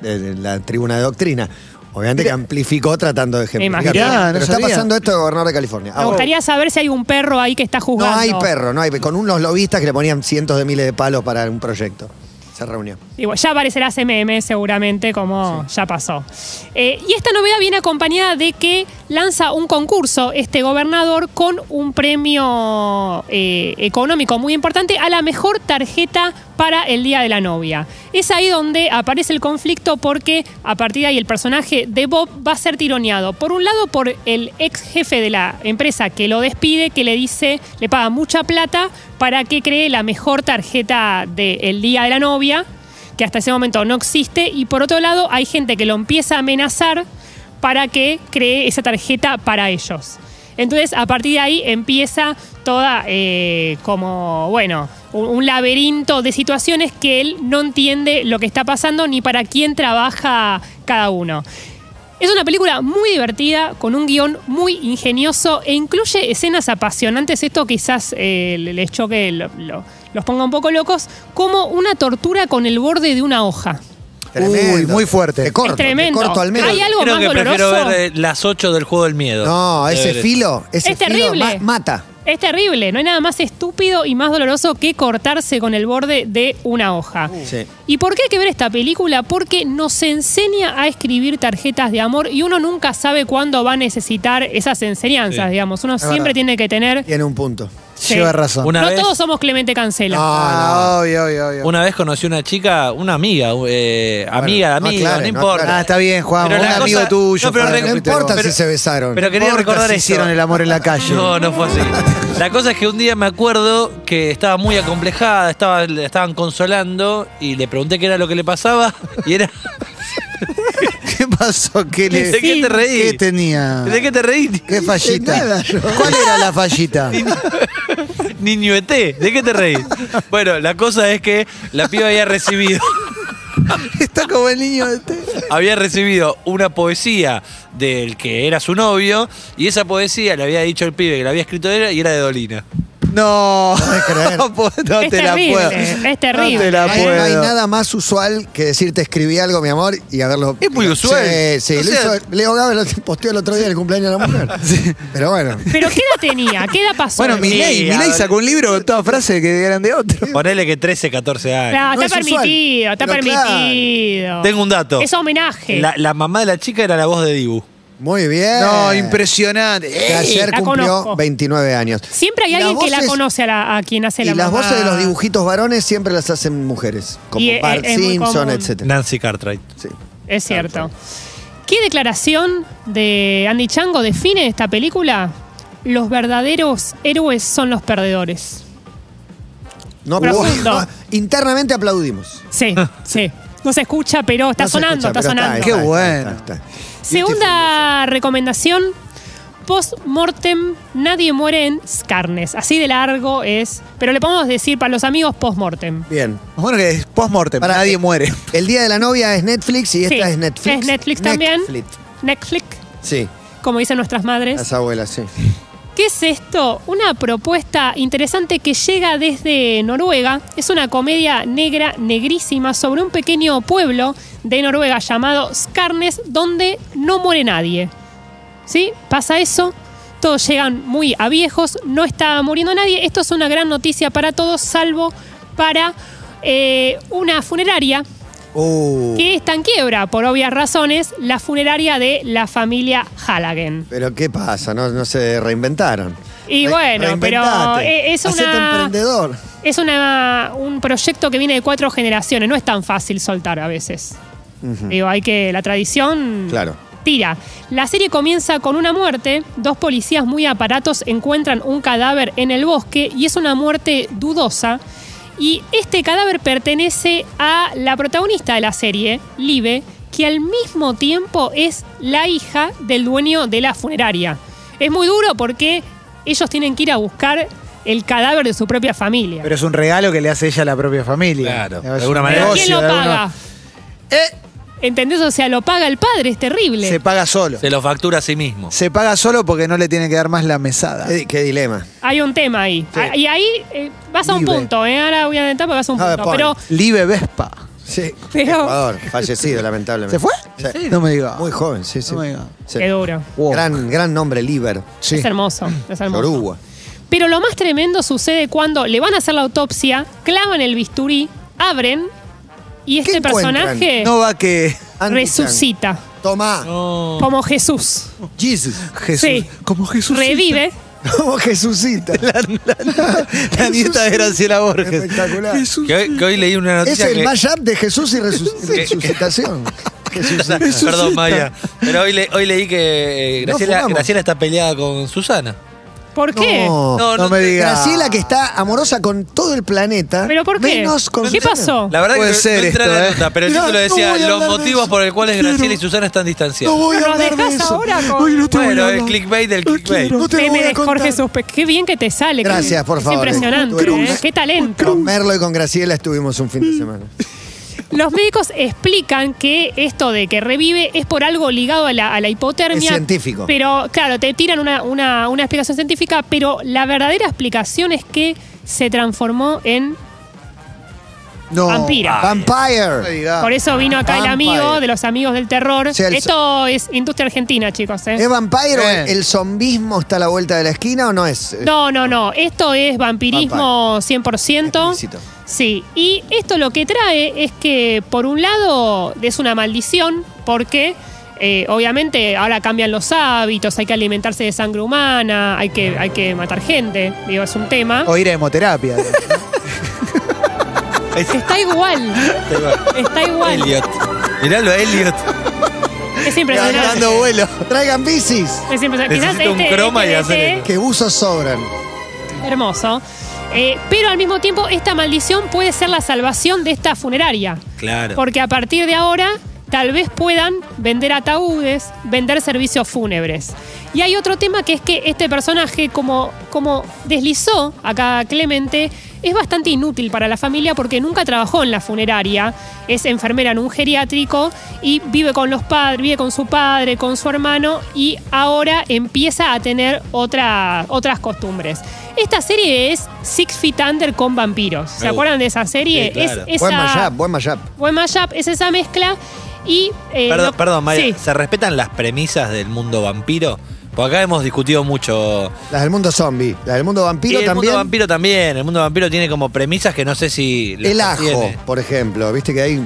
Speaker 2: de, de la tribuna de doctrina. Obviamente que amplificó tratando de ejemplificar.
Speaker 3: imagino.
Speaker 4: Mirá, no
Speaker 2: Pero está
Speaker 4: sabía.
Speaker 2: pasando esto de gobernador de California.
Speaker 3: Me
Speaker 2: Ahora,
Speaker 3: gustaría saber si hay un perro ahí que está
Speaker 2: no
Speaker 3: jugando.
Speaker 2: hay perro, no hay Con unos lobistas que le ponían cientos de miles de palos para un proyecto. Se reunió.
Speaker 3: Digo, ya aparecerá CMM seguramente, como ya pasó. Eh, y esta novedad viene acompañada de que lanza un concurso este gobernador con un premio eh, económico muy importante a la mejor tarjeta para el día de la novia. Es ahí donde aparece el conflicto porque a partir de ahí el personaje de Bob va a ser tironeado. Por un lado por el ex jefe de la empresa que lo despide, que le dice, le paga mucha plata para que cree la mejor tarjeta del día de la novia, que hasta ese momento no existe. Y por otro lado hay gente que lo empieza a amenazar para que cree esa tarjeta para ellos. Entonces, a partir de ahí empieza toda eh, como, bueno, un, un laberinto de situaciones que él no entiende lo que está pasando ni para quién trabaja cada uno. Es una película muy divertida, con un guión muy ingenioso e incluye escenas apasionantes. Esto quizás eh, les choque, lo- lo- los ponga un poco locos, como una tortura con el borde de una hoja.
Speaker 4: Uy, muy fuerte.
Speaker 2: Te corto,
Speaker 3: es tremendo.
Speaker 2: te corto al medio.
Speaker 3: Hay algo
Speaker 5: Creo
Speaker 3: más
Speaker 5: que prefiero
Speaker 3: doloroso.
Speaker 5: ver eh, las 8 del juego del miedo. Eh,
Speaker 2: No, ese
Speaker 5: Debe ver.
Speaker 2: filo, ese
Speaker 3: Es
Speaker 2: filo
Speaker 3: terrible.
Speaker 2: ma- mata.
Speaker 3: Es terrible, no hay nada más estúpido y más doloroso que cortarse con el borde de una hoja.
Speaker 2: Sí.
Speaker 3: ¿Y por qué hay que ver esta película? Porque nos enseña a escribir tarjetas de amor y uno nunca sabe cuándo va a necesitar esas enseñanzas,
Speaker 5: Sí.
Speaker 3: digamos. Uno siempre
Speaker 2: verdad.
Speaker 3: tiene que tener...
Speaker 2: Tiene un punto.
Speaker 3: Sí.
Speaker 4: Lleva razón.
Speaker 5: Una
Speaker 3: no
Speaker 5: vez-
Speaker 3: todos somos Clemente Cancela.
Speaker 4: Ah, obvio, obvio, obvio.
Speaker 5: Una vez conocí una chica, una amiga, eh, amiga, de
Speaker 2: no
Speaker 5: amiga,
Speaker 2: aclares,
Speaker 5: no
Speaker 2: no
Speaker 5: importa.
Speaker 2: aclares.
Speaker 4: Ah, está bien, Juan.
Speaker 5: Pero
Speaker 4: un
Speaker 5: la
Speaker 4: amigo
Speaker 5: cosa-
Speaker 4: tuyo.
Speaker 5: no, pero
Speaker 4: Juan,
Speaker 5: re-
Speaker 2: No importa
Speaker 5: pero-
Speaker 2: si se besaron.
Speaker 5: Pero quería
Speaker 4: importa
Speaker 5: recordar
Speaker 4: si
Speaker 5: esto.
Speaker 4: hicieron el amor en la calle.
Speaker 5: No, no fue así. La cosa es que un día me acuerdo que estaba muy acomplejada, estaba, la estaban consolando y le pregunté qué era lo que le pasaba y era... (laughs)
Speaker 4: ¿Qué pasó? ¿Qué, le-
Speaker 5: ¿De qué te reí?
Speaker 4: ¿Qué tenía?
Speaker 5: ¿De qué te reí?
Speaker 4: ¿Qué fallita?
Speaker 2: De nada, yo.
Speaker 4: ¿Cuál era
Speaker 5: (laughs)
Speaker 4: la fallita?
Speaker 5: Niñueté, ¿de qué te reí? Bueno, la cosa es que la piba había recibido,
Speaker 4: (laughs) Está como el niño de este. té.
Speaker 5: había recibido una poesía del que era su novio y esa poesía le había dicho el pibe que la había escrito él y era de Dolina.
Speaker 4: No,
Speaker 2: creer.
Speaker 4: no, po- no
Speaker 3: Es
Speaker 4: te la
Speaker 3: terrible,
Speaker 4: puedo.
Speaker 3: es terrible.
Speaker 4: No te la
Speaker 2: No hay-
Speaker 4: puedo.
Speaker 2: No hay nada más usual que decirte escribí algo, mi amor, y haberlo.
Speaker 5: Es muy usual.
Speaker 2: Sí, sí. lo
Speaker 5: O sea-
Speaker 2: hizo- Leo Gávez lo posteó el otro día en el cumpleaños de la
Speaker 5: (laughs)
Speaker 2: mujer. Pero bueno.
Speaker 3: Pero ¿qué edad tenía? ¿Qué edad pasó?
Speaker 4: Bueno,
Speaker 5: Sí,
Speaker 4: Milei,
Speaker 5: a
Speaker 4: Milei
Speaker 5: ver. Eh.
Speaker 4: sacó un libro con todas frases que eran de otro.
Speaker 5: Ponele que 13, 14 años.
Speaker 3: Claro,
Speaker 2: no
Speaker 3: está
Speaker 2: es usual,
Speaker 3: permitido, está
Speaker 2: pero claro.
Speaker 3: permitido.
Speaker 5: Tengo un dato.
Speaker 3: Es homenaje.
Speaker 5: La, la mamá de la chica era la voz de Dibu.
Speaker 2: Muy bien.
Speaker 4: No, impresionante.
Speaker 2: Que ayer
Speaker 3: la
Speaker 2: cumplió
Speaker 3: conozco.
Speaker 2: 29 años.
Speaker 3: Siempre hay
Speaker 2: Y las
Speaker 3: alguien que la
Speaker 2: voces-
Speaker 3: conoce a, la- a quien hace
Speaker 2: Y
Speaker 3: la
Speaker 2: las
Speaker 3: mamá.
Speaker 2: voces de los dibujitos varones siempre las hacen mujeres, como
Speaker 3: Y es-
Speaker 2: Bart
Speaker 3: es muy
Speaker 2: Simpson,
Speaker 3: común.
Speaker 2: etc.
Speaker 5: Nancy Cartwright.
Speaker 2: Ah,
Speaker 3: Es cierto. ¿Qué declaración de Andy Chango define esta película? Los verdaderos héroes son los perdedores.
Speaker 2: No,
Speaker 3: Profundo.
Speaker 2: bueno, internamente aplaudimos. (laughs)
Speaker 3: Sí, sí. No se escucha, pero está
Speaker 2: No se
Speaker 3: sonando, está
Speaker 2: escucha, pero
Speaker 3: sonando.
Speaker 2: ahí,
Speaker 4: Qué
Speaker 2: ahí,
Speaker 4: bueno.
Speaker 2: está, está.
Speaker 3: Segunda recomendación. Post-mortem, nadie muere en carnes. Así de largo es. Pero le podemos decir para los amigos post-mortem.
Speaker 2: Bien.
Speaker 4: Bueno, que es post-mortem,
Speaker 2: Pará,
Speaker 4: nadie
Speaker 2: eh,
Speaker 4: muere.
Speaker 2: El Día de la Novia es Netflix y esta
Speaker 3: Sí,
Speaker 2: es Netflix.
Speaker 3: es Netflix también. Netflix,
Speaker 2: Sí,
Speaker 3: como dicen nuestras madres.
Speaker 2: las abuelas, sí.
Speaker 3: ¿Qué es esto? Una propuesta interesante que llega desde Noruega. Es una comedia negra, negrísima, sobre un pequeño pueblo de Noruega llamado Skarnes, donde no muere nadie. ¿Sí? Pasa eso. Todos llegan muy a viejos, no está muriendo nadie. Esto es una gran noticia para todos, salvo para eh, una funeraria
Speaker 2: Uh,
Speaker 3: que está en quiebra, por obvias razones, la funeraria de la familia Hallagen.
Speaker 2: pero ¿qué pasa? No, no se reinventaron.
Speaker 3: Y
Speaker 2: Re-
Speaker 3: bueno, pero
Speaker 2: reinventate.
Speaker 3: eh, es
Speaker 2: Hacete
Speaker 3: una.
Speaker 2: emprendedor.
Speaker 3: Es una, un proyecto que viene de cuatro generaciones. No es tan fácil soltar a veces. Digo, hay que. La tradición.
Speaker 2: Claro.
Speaker 3: Tira. La serie comienza con una muerte. Dos policías muy aparatos encuentran un cadáver en el bosque y es una muerte dudosa. Y este cadáver pertenece a la protagonista de la serie, Live, que al mismo tiempo es la hija del dueño de la funeraria. Es muy duro porque ellos tienen que ir a buscar el cadáver de su propia familia.
Speaker 4: Pero es un regalo que le hace ella a la propia familia.
Speaker 5: Claro,
Speaker 4: Es
Speaker 5: de
Speaker 4: un
Speaker 5: alguna manera.
Speaker 3: Pero
Speaker 4: negocio,
Speaker 3: ¿Quién lo
Speaker 4: de alguna-
Speaker 3: paga?
Speaker 4: Eh,
Speaker 3: ¿Entendés? O sea, lo paga el padre, es terrible.
Speaker 4: se paga solo.
Speaker 5: Se lo factura a sí mismo.
Speaker 4: Se paga solo porque no le tiene que dar más la mesada.
Speaker 2: Qué, qué dilema.
Speaker 3: Hay un tema ahí. Ah, Y ahí eh, vas a un
Speaker 4: Vive.
Speaker 3: punto, ¿eh? Ahora voy a adelantar porque vas a un
Speaker 2: A ver,
Speaker 3: punto.
Speaker 2: pon.
Speaker 3: Pero
Speaker 4: Live Vespa.
Speaker 2: Sí.
Speaker 3: Pero-
Speaker 2: Ecuador, fallecido, lamentablemente.
Speaker 4: ¿Se fue?
Speaker 2: Sí.
Speaker 4: No me digas.
Speaker 2: Muy joven, sí, sí.
Speaker 4: No me digas.
Speaker 2: Sí.
Speaker 3: qué duro.
Speaker 4: Wow.
Speaker 2: Gran, gran nombre, Liber.
Speaker 4: Sí.
Speaker 3: Es hermoso, es hermoso.
Speaker 2: Yoruba.
Speaker 3: Pero lo más tremendo sucede cuando le van a hacer la autopsia, clavan el bisturí, abren y este
Speaker 2: encuentran?
Speaker 3: personaje
Speaker 4: No va que
Speaker 2: Andy
Speaker 3: resucita
Speaker 2: Chan. Tomá.
Speaker 5: No.
Speaker 3: como Jesús.
Speaker 2: Jesus.
Speaker 4: Jesús.
Speaker 3: Sí.
Speaker 4: Como Jesús.
Speaker 3: Revive
Speaker 2: Como Jesucita.
Speaker 4: La nieta de Graciela Borges.
Speaker 2: Espectacular.
Speaker 4: Jesús.
Speaker 5: Que hoy, que hoy leí una
Speaker 2: Es
Speaker 5: noticia
Speaker 2: el
Speaker 5: que... (laughs)
Speaker 2: mashup de Jesús y resu- resucitación. Jesucita.
Speaker 5: Perdón, Maya. Pero hoy, le- hoy leí que eh,
Speaker 2: No
Speaker 5: Graciela,
Speaker 2: fumamos.
Speaker 5: Graciela está peleada con Susana.
Speaker 3: ¿Por qué?
Speaker 2: No,
Speaker 5: No,
Speaker 4: No,
Speaker 5: no
Speaker 4: me
Speaker 5: te-
Speaker 4: digas.
Speaker 2: Graciela que está amorosa con todo el planeta.
Speaker 3: ¿Pero por qué?
Speaker 2: Menos con
Speaker 3: ¿Qué
Speaker 2: Susana.
Speaker 3: pasó?
Speaker 5: La verdad
Speaker 4: Puede
Speaker 5: que no-
Speaker 4: ser
Speaker 5: no entra
Speaker 4: esto,
Speaker 5: la
Speaker 4: ¿eh?
Speaker 5: nota, pero el
Speaker 2: Mirá,
Speaker 5: título
Speaker 2: no
Speaker 5: decía
Speaker 2: voy a
Speaker 5: los
Speaker 2: hablar de
Speaker 5: motivos
Speaker 2: eso.
Speaker 5: por los cuales
Speaker 2: Quiero-
Speaker 5: Graciela y Susana están distanciadas.
Speaker 2: No voy a
Speaker 3: Nos
Speaker 2: hablar de
Speaker 3: dejás
Speaker 2: eso.
Speaker 3: ahora con-
Speaker 2: Ay, no te voy a
Speaker 5: Bueno,
Speaker 2: hablar.
Speaker 5: el clickbait del
Speaker 2: No
Speaker 5: clickbait.
Speaker 2: quiero. No te lo
Speaker 3: Meme
Speaker 2: voy a
Speaker 3: de
Speaker 2: contar.
Speaker 3: Jorge Suspe. Qué bien que te sale.
Speaker 2: Gracias, por
Speaker 3: es
Speaker 2: favor.
Speaker 3: Impresionante.
Speaker 2: Estuve
Speaker 3: ¿eh?
Speaker 2: con-
Speaker 3: Qué talento.
Speaker 2: Con Merlo y con Graciela estuvimos un fin de semana.
Speaker 3: Mm. Los médicos explican que esto de que revive es por algo ligado a la, a la hipotermia.
Speaker 2: Es científico.
Speaker 3: Pero, claro, te tiran una, una- una explicación científica, pero la verdadera explicación es que se transformó en.
Speaker 2: No. Ah.
Speaker 3: Vampira.
Speaker 4: No me
Speaker 2: Vampire.
Speaker 4: digas.
Speaker 3: por eso vino acá el
Speaker 2: Vampire.
Speaker 3: amigo de los amigos del terror.
Speaker 2: O sea, el- Em
Speaker 3: Esto es industria argentina, chicos. ¿eh?
Speaker 2: ¿Es vampire o
Speaker 4: Bien.
Speaker 2: el, el zombismo está a la vuelta de la esquina o no es? eh,
Speaker 3: No, no, no. Esto es vampirismo 100%.
Speaker 2: Explícito.
Speaker 3: Sí, y esto lo que trae es que, por un lado, es una maldición, porque eh, obviamente ahora cambian los hábitos, hay que alimentarse de sangre humana, hay que, hay que matar gente, digo, es un tema.
Speaker 4: O ir a hemoterapia.
Speaker 3: Está igual, está igual.
Speaker 5: Este Elliot. Miralo a Elliot.
Speaker 3: Es impresionante.
Speaker 4: Dando vuelo.
Speaker 2: Traigan bicis,
Speaker 3: Es impresionante. Quizás
Speaker 5: Necesito un
Speaker 3: este-
Speaker 5: croma y
Speaker 3: este-
Speaker 5: hacer
Speaker 3: este-
Speaker 5: el-
Speaker 2: que buzos sobran.
Speaker 3: Hermoso. Eh, pero al mismo tiempo, esta maldición puede ser la salvación de esta funeraria.
Speaker 5: Claro.
Speaker 3: Porque a partir de ahora, tal vez puedan vender ataúdes, vender servicios fúnebres. Y hay otro tema que es que este personaje, como, como deslizó acá Clemente, es bastante inútil para la familia porque nunca trabajó en la funeraria, es enfermera en un geriátrico y vive con los padres, vive con su padre, con su hermano y ahora empieza a tener otra- otras costumbres. Esta serie es Six Feet Under con vampiros. ¿Se
Speaker 5: Me
Speaker 3: acuerdan de esa serie?
Speaker 5: Sí, claro.
Speaker 3: Es
Speaker 2: Buen
Speaker 3: esa-
Speaker 2: mashup, buen mashup.
Speaker 3: buen mashup, es esa mezcla. Y. eh,
Speaker 5: Perdón,
Speaker 3: lo-
Speaker 5: perdón, Maya,
Speaker 3: Sí.
Speaker 5: ¿se respetan las premisas del mundo vampiro? Porque acá hemos discutido mucho.
Speaker 2: Las del mundo zombie, las del mundo
Speaker 5: Y
Speaker 2: vampiro
Speaker 5: el
Speaker 2: también.
Speaker 5: mundo vampiro también. El mundo vampiro tiene como premisas que no sé si. las
Speaker 2: el ajo,
Speaker 5: sostiene.
Speaker 2: por ejemplo, viste que hay,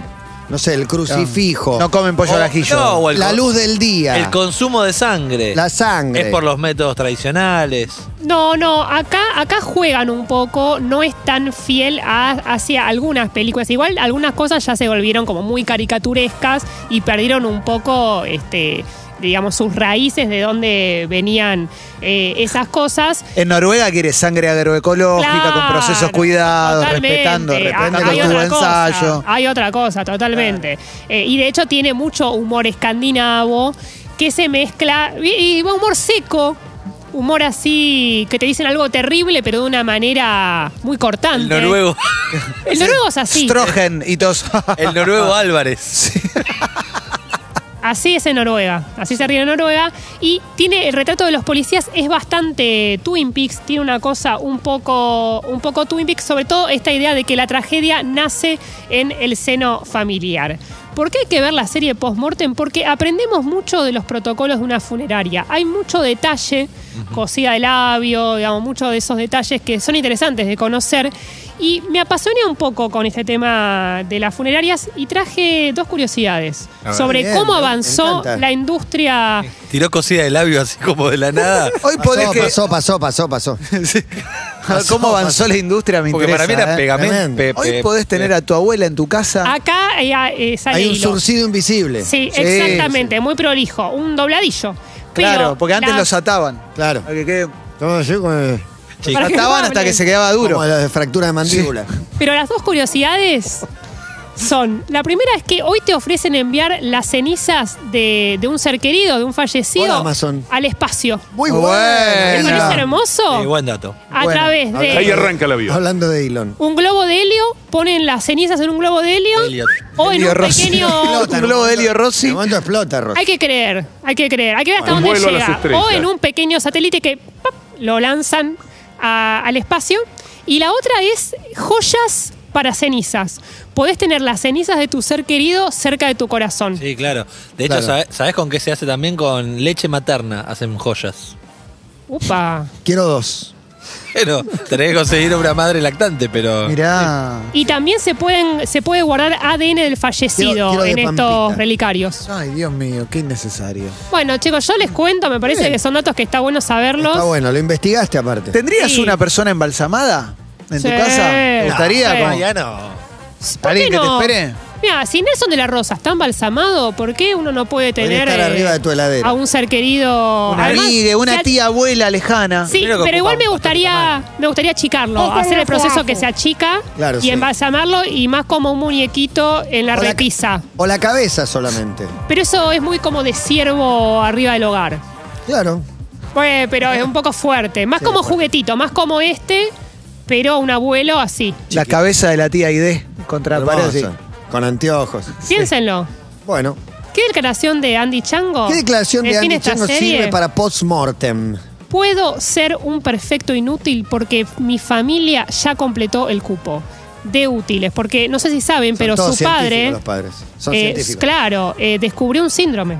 Speaker 2: no sé, el crucifijo,
Speaker 4: No comen pollo
Speaker 5: O-
Speaker 4: al ajillo.
Speaker 5: no, o el
Speaker 2: la
Speaker 5: co-
Speaker 2: luz del día,
Speaker 5: El consumo de sangre.
Speaker 2: la sangre.
Speaker 5: Es por los métodos tradicionales.
Speaker 3: No, no, acá, acá juegan un poco, no es tan fiel a, hacia algunas películas. Igual algunas cosas ya se volvieron como muy caricaturescas y perdieron un poco, este, digamos, sus raíces de dónde venían eh, esas cosas.
Speaker 4: En Noruega quiere sangre agroecológica con
Speaker 3: Claro,
Speaker 4: procesos cuidados,
Speaker 3: totalmente. Ah,
Speaker 4: respetando,
Speaker 5: Ah,
Speaker 4: respetando
Speaker 3: Hay
Speaker 4: tu
Speaker 3: otra cosa,
Speaker 4: ensayo.
Speaker 3: Hay otra cosa, totalmente. Eh, y de hecho tiene mucho humor escandinavo que se mezcla, y, y humor seco, humor así, que te dicen algo terrible, pero de una manera muy cortante.
Speaker 5: El noruego.
Speaker 3: El noruego es así.
Speaker 4: Strogen y todos.
Speaker 5: El
Speaker 2: (laughs)
Speaker 5: noruego Álvarez.
Speaker 3: Así es en Noruega, así se ríe en Noruega. Y tiene el retrato de los policías, es bastante Twin Peaks, tiene una cosa un poco, un poco Twin Peaks, sobre todo esta idea de que la tragedia nace en el seno familiar. ¿Por qué hay que ver la serie post-mortem? Porque aprendemos mucho de los protocolos de una funeraria. Hay mucho detalle, cosida de labio, digamos, muchos de esos detalles que son interesantes de conocer. Y me apasioné un poco con este tema de las funerarias y traje dos curiosidades
Speaker 5: A ver.
Speaker 3: sobre
Speaker 2: Bien,
Speaker 3: cómo
Speaker 2: me- me
Speaker 3: avanzó
Speaker 2: encanta.
Speaker 3: la industria.
Speaker 5: Tiró cosida de labio así como de la nada.
Speaker 4: (laughs) Hoy podés
Speaker 2: Pasó,
Speaker 4: que.
Speaker 2: pasó, pasó, pasó, pasó. pasó,
Speaker 4: (laughs) ¿Cómo avanzó
Speaker 2: pasó.
Speaker 4: la industria? Me
Speaker 5: Porque para mí
Speaker 4: interesa,
Speaker 5: era
Speaker 4: ¿eh?
Speaker 5: pegamento.
Speaker 2: Tremendo.
Speaker 5: pe- pe-
Speaker 4: Hoy podés tener a tu abuela en tu casa.
Speaker 3: Acá eh, ah, eh, sale
Speaker 2: Hay un
Speaker 3: hilo.
Speaker 2: surcido invisible.
Speaker 3: Sí,
Speaker 4: Sí,
Speaker 3: exactamente, muy prolijo, un dobladillo. Pero
Speaker 4: claro, porque antes
Speaker 3: la-
Speaker 4: los ataban.
Speaker 2: Claro.
Speaker 4: Para que quede-
Speaker 2: Todo así como-
Speaker 5: Sí.
Speaker 3: Para que no
Speaker 4: Ataban hasta
Speaker 3: hablen.
Speaker 4: que se quedaba duro.
Speaker 2: Como la de fractura de mandíbula.
Speaker 3: Pero las dos curiosidades son, la primera es que hoy te ofrecen enviar las cenizas de, de un ser querido, de un fallecido,
Speaker 2: Hola, Amazon.
Speaker 3: al espacio.
Speaker 2: Muy
Speaker 4: Bueno.
Speaker 2: buena.
Speaker 3: ¿Te
Speaker 4: Bueno.
Speaker 3: parece
Speaker 4: Elon.
Speaker 3: hermoso?
Speaker 5: Eh, buen dato.
Speaker 3: a
Speaker 4: Bueno,
Speaker 3: través de
Speaker 2: ahí
Speaker 7: arranca la vida.
Speaker 2: Hablando de Elon.
Speaker 3: un globo de helio, ponen las cenizas en un globo de helio
Speaker 5: Elliot.
Speaker 3: o en
Speaker 4: Elio
Speaker 3: un
Speaker 2: (laughs)
Speaker 4: Rossi.
Speaker 3: pequeño...
Speaker 4: Explota. Un globo de Helio Rossi.
Speaker 2: En un momento explota, Rossi.
Speaker 3: Hay que creer, hay que creer, hay que ver hasta
Speaker 7: Un
Speaker 3: dónde
Speaker 7: vuelo a las
Speaker 3: llega.
Speaker 7: estrellas.
Speaker 3: O en un pequeño satélite que ¡pap! lo lanzan a- al espacio. Y la otra es joyas para cenizas. Podés tener las cenizas de tu ser querido cerca de tu corazón.
Speaker 5: Sí, claro. De hecho,
Speaker 2: Claro.
Speaker 5: sabe- ¿sabés, con qué se hace también? Con leche materna hacen joyas.
Speaker 3: Upa.
Speaker 2: Quiero dos.
Speaker 5: Bueno, tenés que conseguir una madre lactante, pero.
Speaker 4: Mirá.
Speaker 3: Y también se, pueden, se puede guardar ADN del fallecido
Speaker 2: Quiero- quiero de
Speaker 3: en
Speaker 2: Pampita.
Speaker 3: estos relicarios.
Speaker 4: Ay, Dios mío, qué innecesario.
Speaker 3: Bueno, chicos, yo les cuento, me parece
Speaker 2: Bien.
Speaker 3: que son datos que está bueno saberlos.
Speaker 2: Está bueno, lo investigaste aparte.
Speaker 4: ¿Tendrías
Speaker 3: Sí.
Speaker 4: una persona embalsamada en tu
Speaker 3: Sí.
Speaker 4: casa? ¿Te
Speaker 3: No,
Speaker 4: gustaría?
Speaker 3: sí.
Speaker 4: Como-
Speaker 5: Ya no.
Speaker 3: ¿Por qué
Speaker 4: ¿Alguien que te
Speaker 3: no?
Speaker 4: espere?
Speaker 3: Mira, si Nelson de la Rosa está embalsamado, ¿por qué uno no puede tener
Speaker 2: estar
Speaker 3: eh,
Speaker 2: arriba de tu heladera.
Speaker 3: a un ser querido?
Speaker 4: Una
Speaker 3: Además,
Speaker 4: amiga, una
Speaker 3: ya-
Speaker 4: tía abuela lejana.
Speaker 3: Sí,
Speaker 5: Primero que
Speaker 3: pero
Speaker 5: ocupa
Speaker 3: igual me
Speaker 5: bastante
Speaker 3: gustaría,
Speaker 5: tamaño.
Speaker 3: me gustaría achicarlo,
Speaker 1: Eso
Speaker 3: hacer
Speaker 1: no se
Speaker 3: el proceso
Speaker 1: hace.
Speaker 3: que se achica
Speaker 2: Claro,
Speaker 3: y
Speaker 2: sí.
Speaker 3: embalsamarlo y más como un muñequito en la
Speaker 2: O la-
Speaker 3: repisa.
Speaker 2: O la cabeza solamente.
Speaker 3: Pero eso es muy como de ciervo arriba del hogar.
Speaker 2: Claro.
Speaker 3: Bueno, pero es un poco fuerte. Más
Speaker 2: Sí,
Speaker 3: como
Speaker 2: fuerte.
Speaker 3: juguetito, más como este, pero un abuelo así.
Speaker 4: La cabeza de la tía ID contra la pared.
Speaker 2: Hermoso. Con anteojos.
Speaker 3: Piénsenlo.
Speaker 2: Bueno,
Speaker 3: ¿Qué declaración de Andy Chango?
Speaker 2: ¿qué declaración de
Speaker 3: define
Speaker 2: Andy
Speaker 3: esta
Speaker 2: Chango
Speaker 3: serie?
Speaker 2: sirve para post-mortem?
Speaker 3: Puedo ser un perfecto inútil porque mi familia ya completó el cupo de útiles. Porque no sé si saben,
Speaker 2: Son
Speaker 3: pero
Speaker 2: todos
Speaker 3: su padre.
Speaker 2: científicos Los padres. Son
Speaker 3: eh,
Speaker 2: científicos.
Speaker 3: Claro, eh, descubrió un síndrome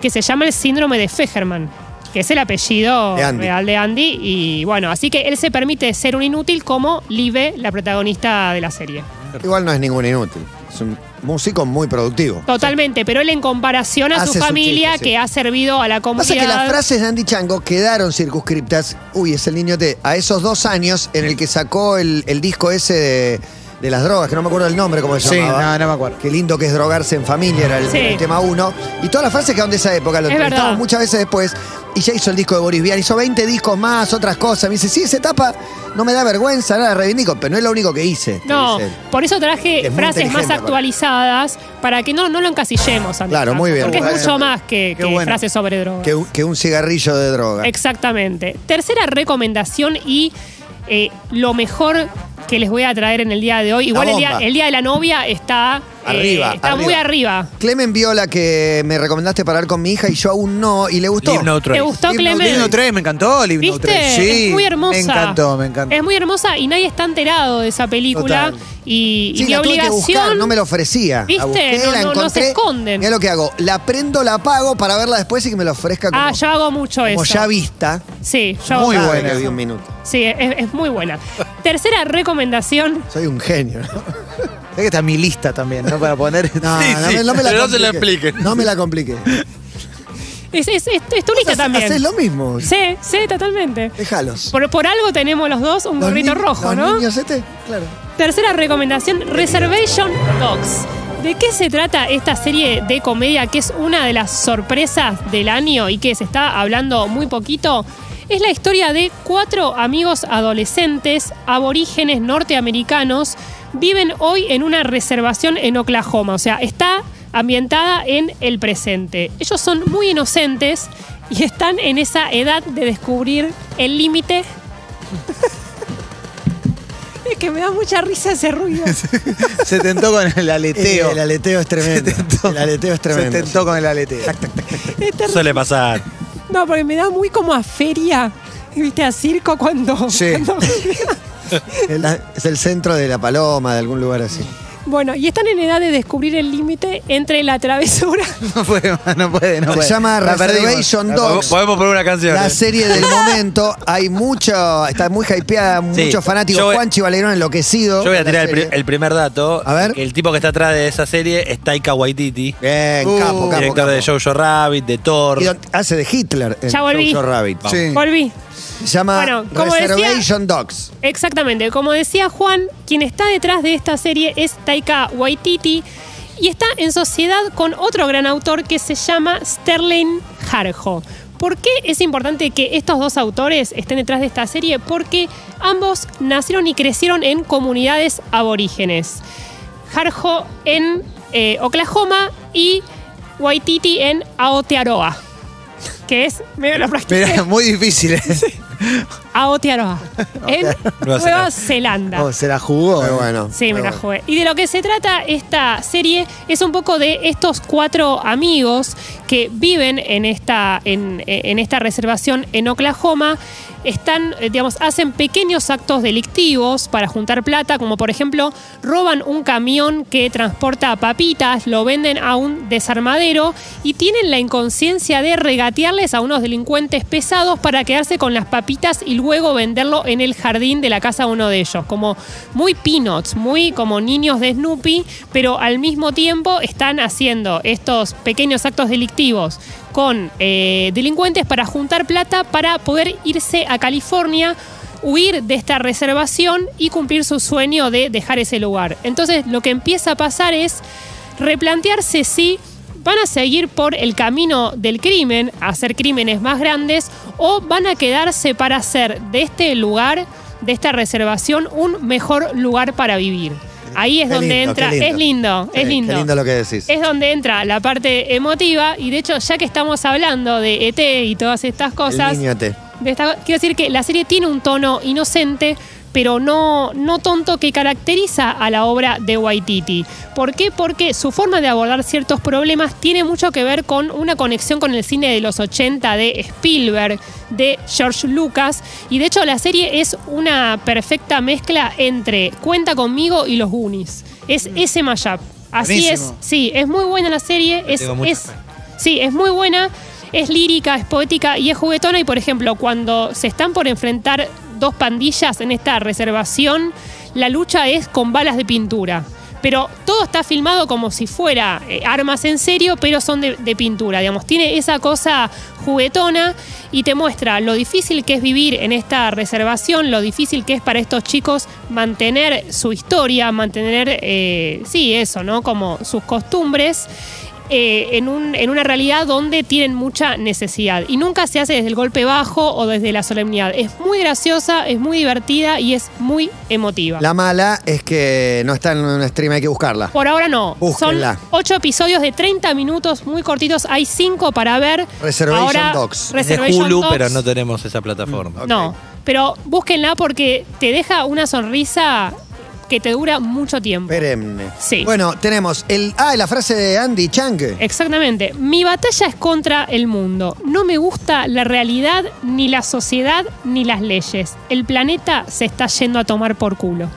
Speaker 3: que se llama el síndrome de Fejerman, que es el apellido
Speaker 2: De Andy.
Speaker 3: real de Andy. Y bueno, así que él se permite ser un inútil como Live, la protagonista de la serie.
Speaker 2: Igual no es ningún inútil. Es un músico muy productivo.
Speaker 3: Totalmente, pero él en comparación a
Speaker 2: Hace
Speaker 3: su
Speaker 2: su
Speaker 3: familia
Speaker 2: chiste, sí.
Speaker 3: que ha servido a la comunidad.
Speaker 2: Pasa que las frases de Andy Chango quedaron circunscriptas. Uy, es el niño de. A esos dos años en el que sacó el, el disco ese de, de las drogas, que no me acuerdo el nombre, como se
Speaker 4: Sí,
Speaker 2: llamaba.
Speaker 4: no, no me acuerdo.
Speaker 2: Qué lindo que es drogarse en familia, era el,
Speaker 3: Sí.
Speaker 2: el tema uno. Y todas las frases quedaron de esa época, lo
Speaker 3: Es
Speaker 2: entrevistamos
Speaker 3: verdad.
Speaker 2: muchas veces después. Y ya hizo el disco de Boris Vian, hizo 20 discos más, otras cosas. Me dice, sí, esa etapa no me da vergüenza, nada, reivindico, pero no es lo único que hice. te
Speaker 3: No,
Speaker 2: dice él.
Speaker 3: por eso traje
Speaker 2: Es muy
Speaker 3: frases más
Speaker 2: inteligente, aparte.
Speaker 3: actualizadas para que no, no lo encasillemos. Andy
Speaker 2: Claro,
Speaker 3: Franco,
Speaker 2: muy bien.
Speaker 3: Porque
Speaker 2: Bueno.
Speaker 3: es mucho más que,
Speaker 4: Qué
Speaker 3: que
Speaker 4: bueno.
Speaker 3: frases sobre drogas.
Speaker 2: Que, un- que un cigarrillo de droga.
Speaker 3: Exactamente. Tercera recomendación y eh, lo mejor que les voy a traer en el día de hoy. Igual el día,
Speaker 2: bomba.
Speaker 3: el día de la novia está, eh,
Speaker 2: Arriba,
Speaker 3: está muy arriba.
Speaker 2: Clemen vio la que me recomendaste para ver con mi hija y yo aún no, y le gustó.
Speaker 5: Live No
Speaker 3: ¿Te
Speaker 5: Trace.
Speaker 3: gustó,
Speaker 2: Himno
Speaker 3: Clemen?
Speaker 4: Livno 3, me encantó Livno
Speaker 3: ¿Viste?
Speaker 4: 3. Sí,
Speaker 3: es muy hermosa.
Speaker 4: Me encantó, me encantó.
Speaker 3: Es muy hermosa y nadie está enterado de esa película.
Speaker 4: Total.
Speaker 3: Y, y
Speaker 2: Sí,
Speaker 3: mi
Speaker 2: la tuve que
Speaker 3: obligación.
Speaker 2: buscar, no me la ofrecía.
Speaker 3: ¿Viste?
Speaker 2: La busqué,
Speaker 3: No,
Speaker 2: la
Speaker 3: no, no se
Speaker 2: encontré.
Speaker 3: esconden.
Speaker 2: Mirá lo que hago. La prendo, la apago para verla después y que me la ofrezca como,
Speaker 3: Ah, yo hago mucho
Speaker 2: como
Speaker 3: eso.
Speaker 2: ya vista.
Speaker 3: Sí, yo
Speaker 4: Muy
Speaker 2: Sabe
Speaker 4: buena.
Speaker 2: que vi un minuto.
Speaker 3: Sí, es, es muy buena. Tercera recomendación.
Speaker 2: Soy un genio.
Speaker 5: (laughs)
Speaker 4: Sé que está mi lista también, ¿no? Para poner.
Speaker 2: (laughs) No,
Speaker 5: Sí,
Speaker 2: no,
Speaker 5: sí,
Speaker 2: me- no me la
Speaker 5: pero no se la
Speaker 2: complique.
Speaker 5: expliquen.
Speaker 2: No me la complique.
Speaker 3: Es, es, es- es tu lista
Speaker 2: Haces-
Speaker 3: también.
Speaker 2: Haces lo mismo.
Speaker 3: Sí, sí, totalmente.
Speaker 2: Déjalos.
Speaker 3: Por, por algo tenemos los dos un
Speaker 2: Los
Speaker 3: gorrito
Speaker 2: ni-
Speaker 3: rojo,
Speaker 2: los
Speaker 3: ¿no?
Speaker 2: niños este, claro.
Speaker 3: Tercera recomendación, Reservation Dogs. ¿De qué se trata esta serie de comedia que es una de las sorpresas del año y que se está hablando muy poquito? Es la historia de cuatro amigos adolescentes aborígenes norteamericanos viven hoy en una reservación en Oklahoma, o sea, está ambientada en el presente. Ellos son muy inocentes y están en esa edad de descubrir el límite. Es que me da mucha risa ese ruido.
Speaker 4: Se tentó con el aleteo.
Speaker 2: Eh, El aleteo es tremendo. El aleteo es tremendo.
Speaker 4: Se tentó con el
Speaker 2: (laughs)
Speaker 4: aleteo.
Speaker 3: Es terrible.
Speaker 5: Suele pasar.
Speaker 3: No, porque me da muy como a feria, viste, a circo cuando.
Speaker 4: Sí.
Speaker 3: (laughs) cuando-
Speaker 2: El- es el centro de la paloma, de algún lugar así.
Speaker 3: bueno, y están en edad de descubrir el límite entre la travesura.
Speaker 4: No puede, más, no puede, no
Speaker 2: Se
Speaker 4: puede.
Speaker 2: llama
Speaker 4: La perdimos.
Speaker 2: Reservation
Speaker 4: La
Speaker 2: Dogs.
Speaker 5: Podemos poner una canción.
Speaker 2: La
Speaker 5: eh.
Speaker 2: serie del momento, hay mucho, está muy hypeada,
Speaker 5: Sí.
Speaker 2: muchos fanáticos.
Speaker 5: Yo voy-
Speaker 2: Juanchi Valerón enloquecido.
Speaker 5: Yo voy
Speaker 2: con
Speaker 5: a
Speaker 2: la
Speaker 5: tirar el, pri-
Speaker 2: serie.
Speaker 5: el primer dato.
Speaker 2: A ver.
Speaker 5: Que El tipo que está atrás de esa serie es Taika Waititi.
Speaker 2: Bien,
Speaker 4: Uh,
Speaker 2: capo, capo.
Speaker 5: director
Speaker 2: capo.
Speaker 5: de Jojo Rabbit, de Thor.
Speaker 2: Y don- hace de Hitler en
Speaker 3: Ya volví.
Speaker 2: Jojo Rabbit.
Speaker 5: Vamos.
Speaker 4: Sí.
Speaker 3: Volví.
Speaker 2: Se llama
Speaker 3: Bueno, como
Speaker 2: Reservation Dogs.
Speaker 3: Exactamente, como decía Juan, quien está detrás de esta serie es Taika Waititi y está en sociedad con otro gran autor que se llama Sterling Harjo. ¿Por qué es importante que estos dos autores estén detrás de esta serie? Porque ambos nacieron y crecieron en comunidades aborígenes. Harjo en eh, Oklahoma y Waititi en Aotearoa, que es medio la práctica.
Speaker 4: Mirá, muy difícil. ¿eh?
Speaker 5: (laughs)
Speaker 3: Aotearoa, en
Speaker 5: Nueva
Speaker 3: Nueva
Speaker 5: Zelanda.
Speaker 3: Zelanda.
Speaker 4: Oh, se la jugó.
Speaker 2: Muy
Speaker 4: ¿eh?
Speaker 2: bueno.
Speaker 3: Sí, me
Speaker 2: muy
Speaker 3: la
Speaker 2: bueno.
Speaker 3: jugué. Y de lo que se trata esta serie es un poco de estos cuatro amigos que viven en esta, en, en esta reservación en Oklahoma. están, eh, digamos, hacen pequeños actos delictivos para juntar plata, como por ejemplo, roban un camión que transporta papitas, lo venden a un desarmadero y tienen la inconsciencia de regatearles a unos delincuentes pesados para quedarse con las papitas y luego venderlo en el jardín de la casa de uno de ellos. Como muy peanuts, muy como niños de Snoopy, pero al mismo tiempo están haciendo estos pequeños actos delictivos con eh, delincuentes para juntar plata para poder irse a California, huir de esta reservación y cumplir su sueño de dejar ese lugar. Entonces lo que empieza a pasar es replantearse si van a seguir por el camino del crimen, a hacer crímenes más grandes, o van a quedarse para hacer de este lugar, de esta reservación, un mejor lugar para vivir. Ahí es
Speaker 2: Qué
Speaker 3: donde
Speaker 2: lindo,
Speaker 3: entra,
Speaker 2: qué lindo.
Speaker 3: es lindo,
Speaker 2: Sí,
Speaker 3: es lindo.
Speaker 2: Qué lindo lo que decís.
Speaker 3: Es donde entra la parte emotiva y de hecho ya que estamos hablando de ET y todas estas cosas,
Speaker 2: El niño E ET.
Speaker 3: de esta- quiero decir que la serie tiene un tono inocente, pero no, no tonto que caracteriza a la obra de Waititi. ¿Por qué? Porque su forma de abordar ciertos problemas tiene mucho que ver con una conexión con el cine de los 80 de Spielberg, de George Lucas, y de hecho la serie es una perfecta mezcla entre Cuenta conmigo y Los Goonies. Es ese mashup. Así es,
Speaker 4: Buenísimo.
Speaker 3: sí, es muy buena la serie, es,
Speaker 5: tengo mucha
Speaker 3: es-
Speaker 5: fe.
Speaker 3: sí, es muy buena, es lírica, es poética y es juguetona. Y por ejemplo, cuando se están por enfrentar dos pandillas en esta reservación, la lucha es con balas de pintura. Pero todo está filmado como si fuera eh, armas en serio, pero son de, de pintura. Digamos, tiene esa cosa juguetona y te muestra lo difícil que es vivir en esta reservación, lo difícil que es para estos chicos mantener su historia, mantener, eh, sí, eso, ¿no? Como sus costumbres eh, en, un- en una realidad donde tienen mucha necesidad. Y nunca se hace desde el golpe bajo o desde la solemnidad. Es muy graciosa, es muy divertida y es muy emotiva.
Speaker 2: La mala es que no está en un stream, hay que buscarla.
Speaker 3: Por ahora no.
Speaker 2: Búsquenla.
Speaker 3: Son ocho episodios de 30 minutos muy cortitos. Hay cinco para ver.
Speaker 2: Reservation
Speaker 3: ahora,
Speaker 2: Dogs.
Speaker 5: de
Speaker 3: Reservation
Speaker 5: Hulu,
Speaker 3: Dogs.
Speaker 5: pero no tenemos esa plataforma.
Speaker 2: Ok.
Speaker 3: No, pero búsquenla porque te deja una sonrisa que te dura mucho tiempo.
Speaker 2: Perenne.
Speaker 3: Sí. Eh,
Speaker 2: Bueno, tenemos el. Ah, la frase de Andy Chang.
Speaker 3: Exactamente. Mi batalla es contra el mundo. No me gusta la realidad, ni la sociedad, ni las leyes. El planeta se está yendo a tomar por culo.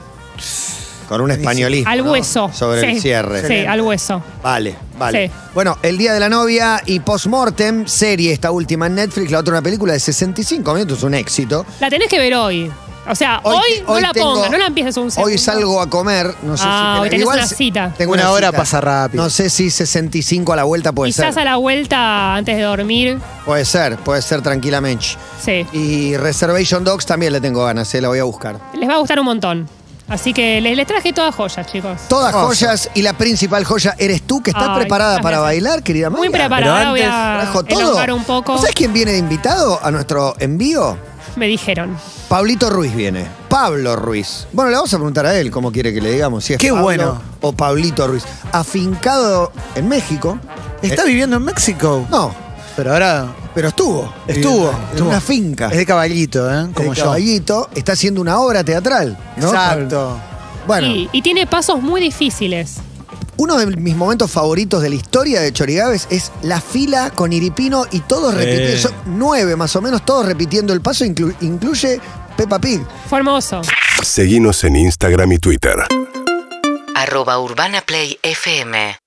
Speaker 2: Con un españolismo.
Speaker 3: Al
Speaker 2: ¿no?
Speaker 3: hueso.
Speaker 2: Sobre el
Speaker 3: Sí.
Speaker 2: cierre.
Speaker 3: Sí, al hueso.
Speaker 2: Vale, vale.
Speaker 3: Sí.
Speaker 2: Bueno, El Día de la Novia y Postmortem, serie esta última en Netflix, la otra una película de 65 minutos, un éxito.
Speaker 3: La tenés que ver hoy. O sea, hoy,
Speaker 2: Hoy,
Speaker 3: no
Speaker 2: hoy
Speaker 3: la
Speaker 2: tengo-
Speaker 3: pongas, no la empieces un segundo.
Speaker 2: Hoy salgo a comer, no sé
Speaker 3: Ah,
Speaker 2: si.
Speaker 3: hoy tenés una cita.
Speaker 2: Tengo
Speaker 4: Una hora
Speaker 2: cita.
Speaker 4: pasa rápido.
Speaker 2: No sé si 65 a la vuelta puede
Speaker 3: Quizás
Speaker 2: ser.
Speaker 3: a la vuelta antes de dormir.
Speaker 2: Puede ser, puede ser tranquilamente.
Speaker 3: Sí.
Speaker 2: Y Reservation Dogs también le tengo ganas, eh, la voy a buscar.
Speaker 3: Les va a gustar un montón. Así que les, les traje todas joyas, chicos.
Speaker 2: Todas joyas y la principal joya eres tú que estás
Speaker 3: Ay,
Speaker 2: preparada
Speaker 3: muchas
Speaker 2: para
Speaker 3: gracias.
Speaker 2: bailar, querida Maya.
Speaker 3: Muy preparada,
Speaker 5: pero
Speaker 3: voy a
Speaker 2: Trajo
Speaker 3: Ah, elongar
Speaker 2: todo.
Speaker 3: un poco.
Speaker 2: ¿Sabes quién viene de invitado a nuestro envío?
Speaker 3: Me dijeron.
Speaker 2: Pablito Ruiz viene. Pablo Ruiz. Bueno, le vamos a preguntar a él cómo quiere que le digamos. Si es
Speaker 4: Qué
Speaker 2: Pablo
Speaker 4: bueno.
Speaker 2: O Pablito Ruiz. Afincado en México.
Speaker 4: Está
Speaker 2: Eh,
Speaker 4: viviendo en México.
Speaker 2: No,
Speaker 4: Pero ahora
Speaker 2: pero estuvo.
Speaker 4: estuvo.
Speaker 2: En
Speaker 4: estuvo.
Speaker 2: una finca.
Speaker 4: Es de caballito, ¿eh? Como
Speaker 2: de
Speaker 4: yo.
Speaker 2: caballito. Está haciendo una obra teatral. ¿no?
Speaker 4: Exacto.
Speaker 2: Bueno,
Speaker 3: Y, y tiene pasos muy difíciles.
Speaker 2: uno de mis momentos favoritos de la historia de Chorigaves es la fila con Iripino y todos
Speaker 5: Sí.
Speaker 2: repitiendo.
Speaker 4: Eh.
Speaker 2: son nueve más o menos, todos repitiendo el paso, inclu- incluye Peppa Pig.
Speaker 3: Fue hermoso.
Speaker 1: Seguinos en Instagram y Twitter.
Speaker 8: arroba urbanaplayfm